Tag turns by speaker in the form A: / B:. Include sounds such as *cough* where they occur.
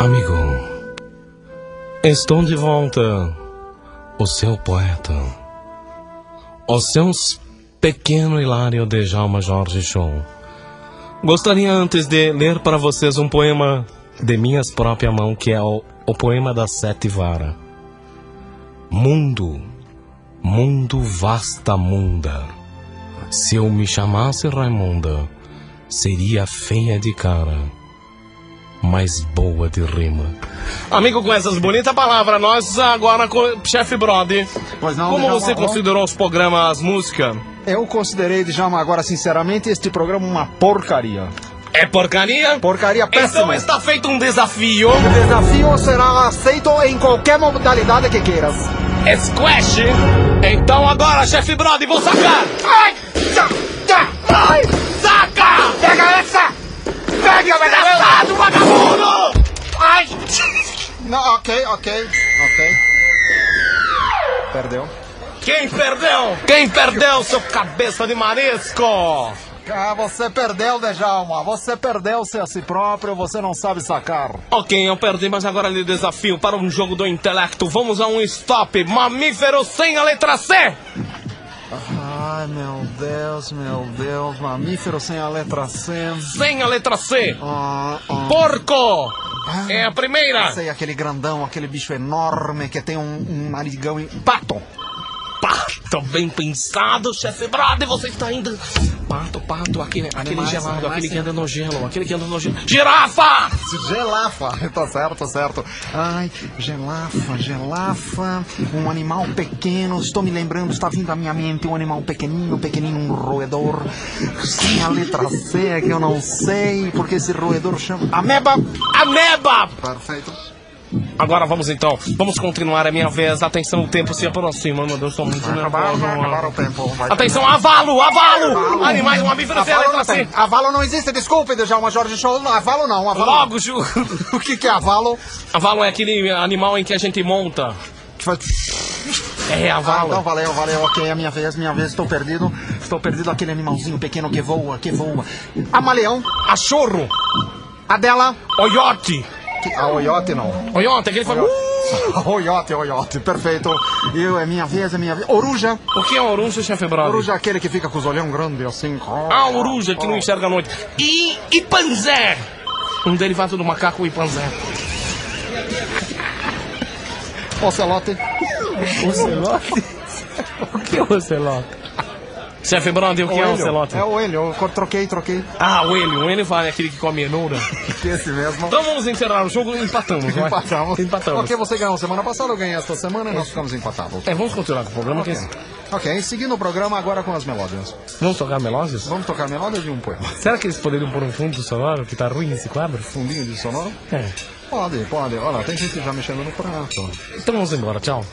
A: Amigo, estou de volta. O seu poeta. O seu pequeno Hilário de Jalma Jorge Show. Gostaria antes de ler para vocês um poema de minhas própria mão, que é o, o poema da Sete Vara. Mundo, mundo vasta munda. Se eu me chamasse Raimunda, seria feia de cara mais boa de rima. Amigo, com essas bonitas palavras, nós agora com Chef Brody.
B: Pois não,
A: Como
B: Djalma,
A: você
B: ó.
A: considerou os programas música?
B: Eu considerei, Djalma, agora sinceramente, este programa uma porcaria.
A: É porcaria?
B: Porcaria
A: Então
B: péssima.
A: está feito um desafio.
B: O desafio será aceito em qualquer modalidade que queiras.
A: É Squash. Então agora, Chef Brody, vou sacar.
B: Ai! Tchá, tchá, ai!
A: Saca!
B: Pega essa! Pega,
A: Pelado, vagabundo!
B: Ai! Não, ok, ok, ok. Perdeu.
A: Quem perdeu? Quem perdeu, seu cabeça de marisco?
B: Ah, você perdeu, Djalma. Você perdeu-se a si próprio, você não sabe sacar.
A: Ok, eu perdi, mas agora lhe desafio para um jogo do intelecto. Vamos a um stop. Mamífero sem a letra C.
B: Ai, meu Deus, meu Deus. Mamífero sem a letra C.
A: Sem a letra C.
B: Ah, ah.
A: Porco! É a primeira.
B: Sei, aquele grandão, aquele bicho enorme que tem um, um narigão em... Pato!
A: Pato, bem pensado, chefe Brother, você está indo. Pato, pato, aquele, aquele
B: Animais,
A: gelado,
B: animais,
A: aquele que
B: sim.
A: anda no gelo, aquele que anda no gelo. Girafa!
B: Gelafa! *laughs* Tá certo, tá certo. Ai, gelafa, gelafa. Um animal pequeno, estou me lembrando, está vindo à minha mente um animal pequenino, pequenino, um roedor. Sem a letra C, é que eu não sei, porque esse roedor chama... Ameba!
A: Ameba!
B: Perfeito.
A: Agora vamos então, vamos continuar, é minha vez. Atenção, o tempo se aproxima, meu Deus, estou muito
B: Acabaram,
A: nervoso.
B: vai acabar o tempo. Vai
A: Atenção, avalo, avalo! Animais, um mamífero sem a letra
B: Avalo não
A: C.
B: tem. Avalo não existe, desculpe, Djalma Jorge Show. não, Avalo não, *laughs* avalo.
A: Logo, Ju.
B: O que, que é avalo?
A: Avalo é aquele animal em que a gente monta.
B: Que faz-
A: É,
B: Ah,
A: avalo.
B: então valeu, valeu, ok, é minha vez, minha vez, estou perdido. Estou perdido aquele animalzinho pequeno que voa, que voa. Amaleão,
A: Achorro,
B: a dela.
A: oiote.
B: Que- A oiote não. *laughs*
A: Oiote, aquele foi.
B: Oiote, oiote, perfeito. Eu, é minha vez, é minha vez. Oruja,
A: O que é um uruncho, chefe Brother?
B: oruja é aquele que fica com os olhão grande assim.
A: A oruja que não enxerga a noite. E Ipanzé! Um derivado do macaco Ipanzé.
B: Ocelote. é
A: O que é o ocelote? Chefe Brandi, o que é o ocelote?
B: É o elho, eu troquei, troquei.
A: *laughs* Ah, o Enio. O Enio vai aquele que come enoura.
B: Esse mesmo.
A: Então vamos encerrar o jogo e empatamos, vai.
B: Empatamos.
A: Empatamos.
B: Ok, você ganhou semana passada, eu ganhei esta semana e nós ficamos empatados.
A: É, vamos continuar com o programa. que é esse.
B: Ok, seguindo o programa agora com as melódias.
A: Vamos tocar melódias?
B: Vamos tocar melódia de um poema. *laughs*
A: Será que eles poderiam pôr um fundo sonoro que tá ruim esse quadro?
B: Fundinho de sonoro?
A: É.
B: Pode, pode. Olha, lá, tem gente já mexendo no prato.
A: Então vamos embora, tchau.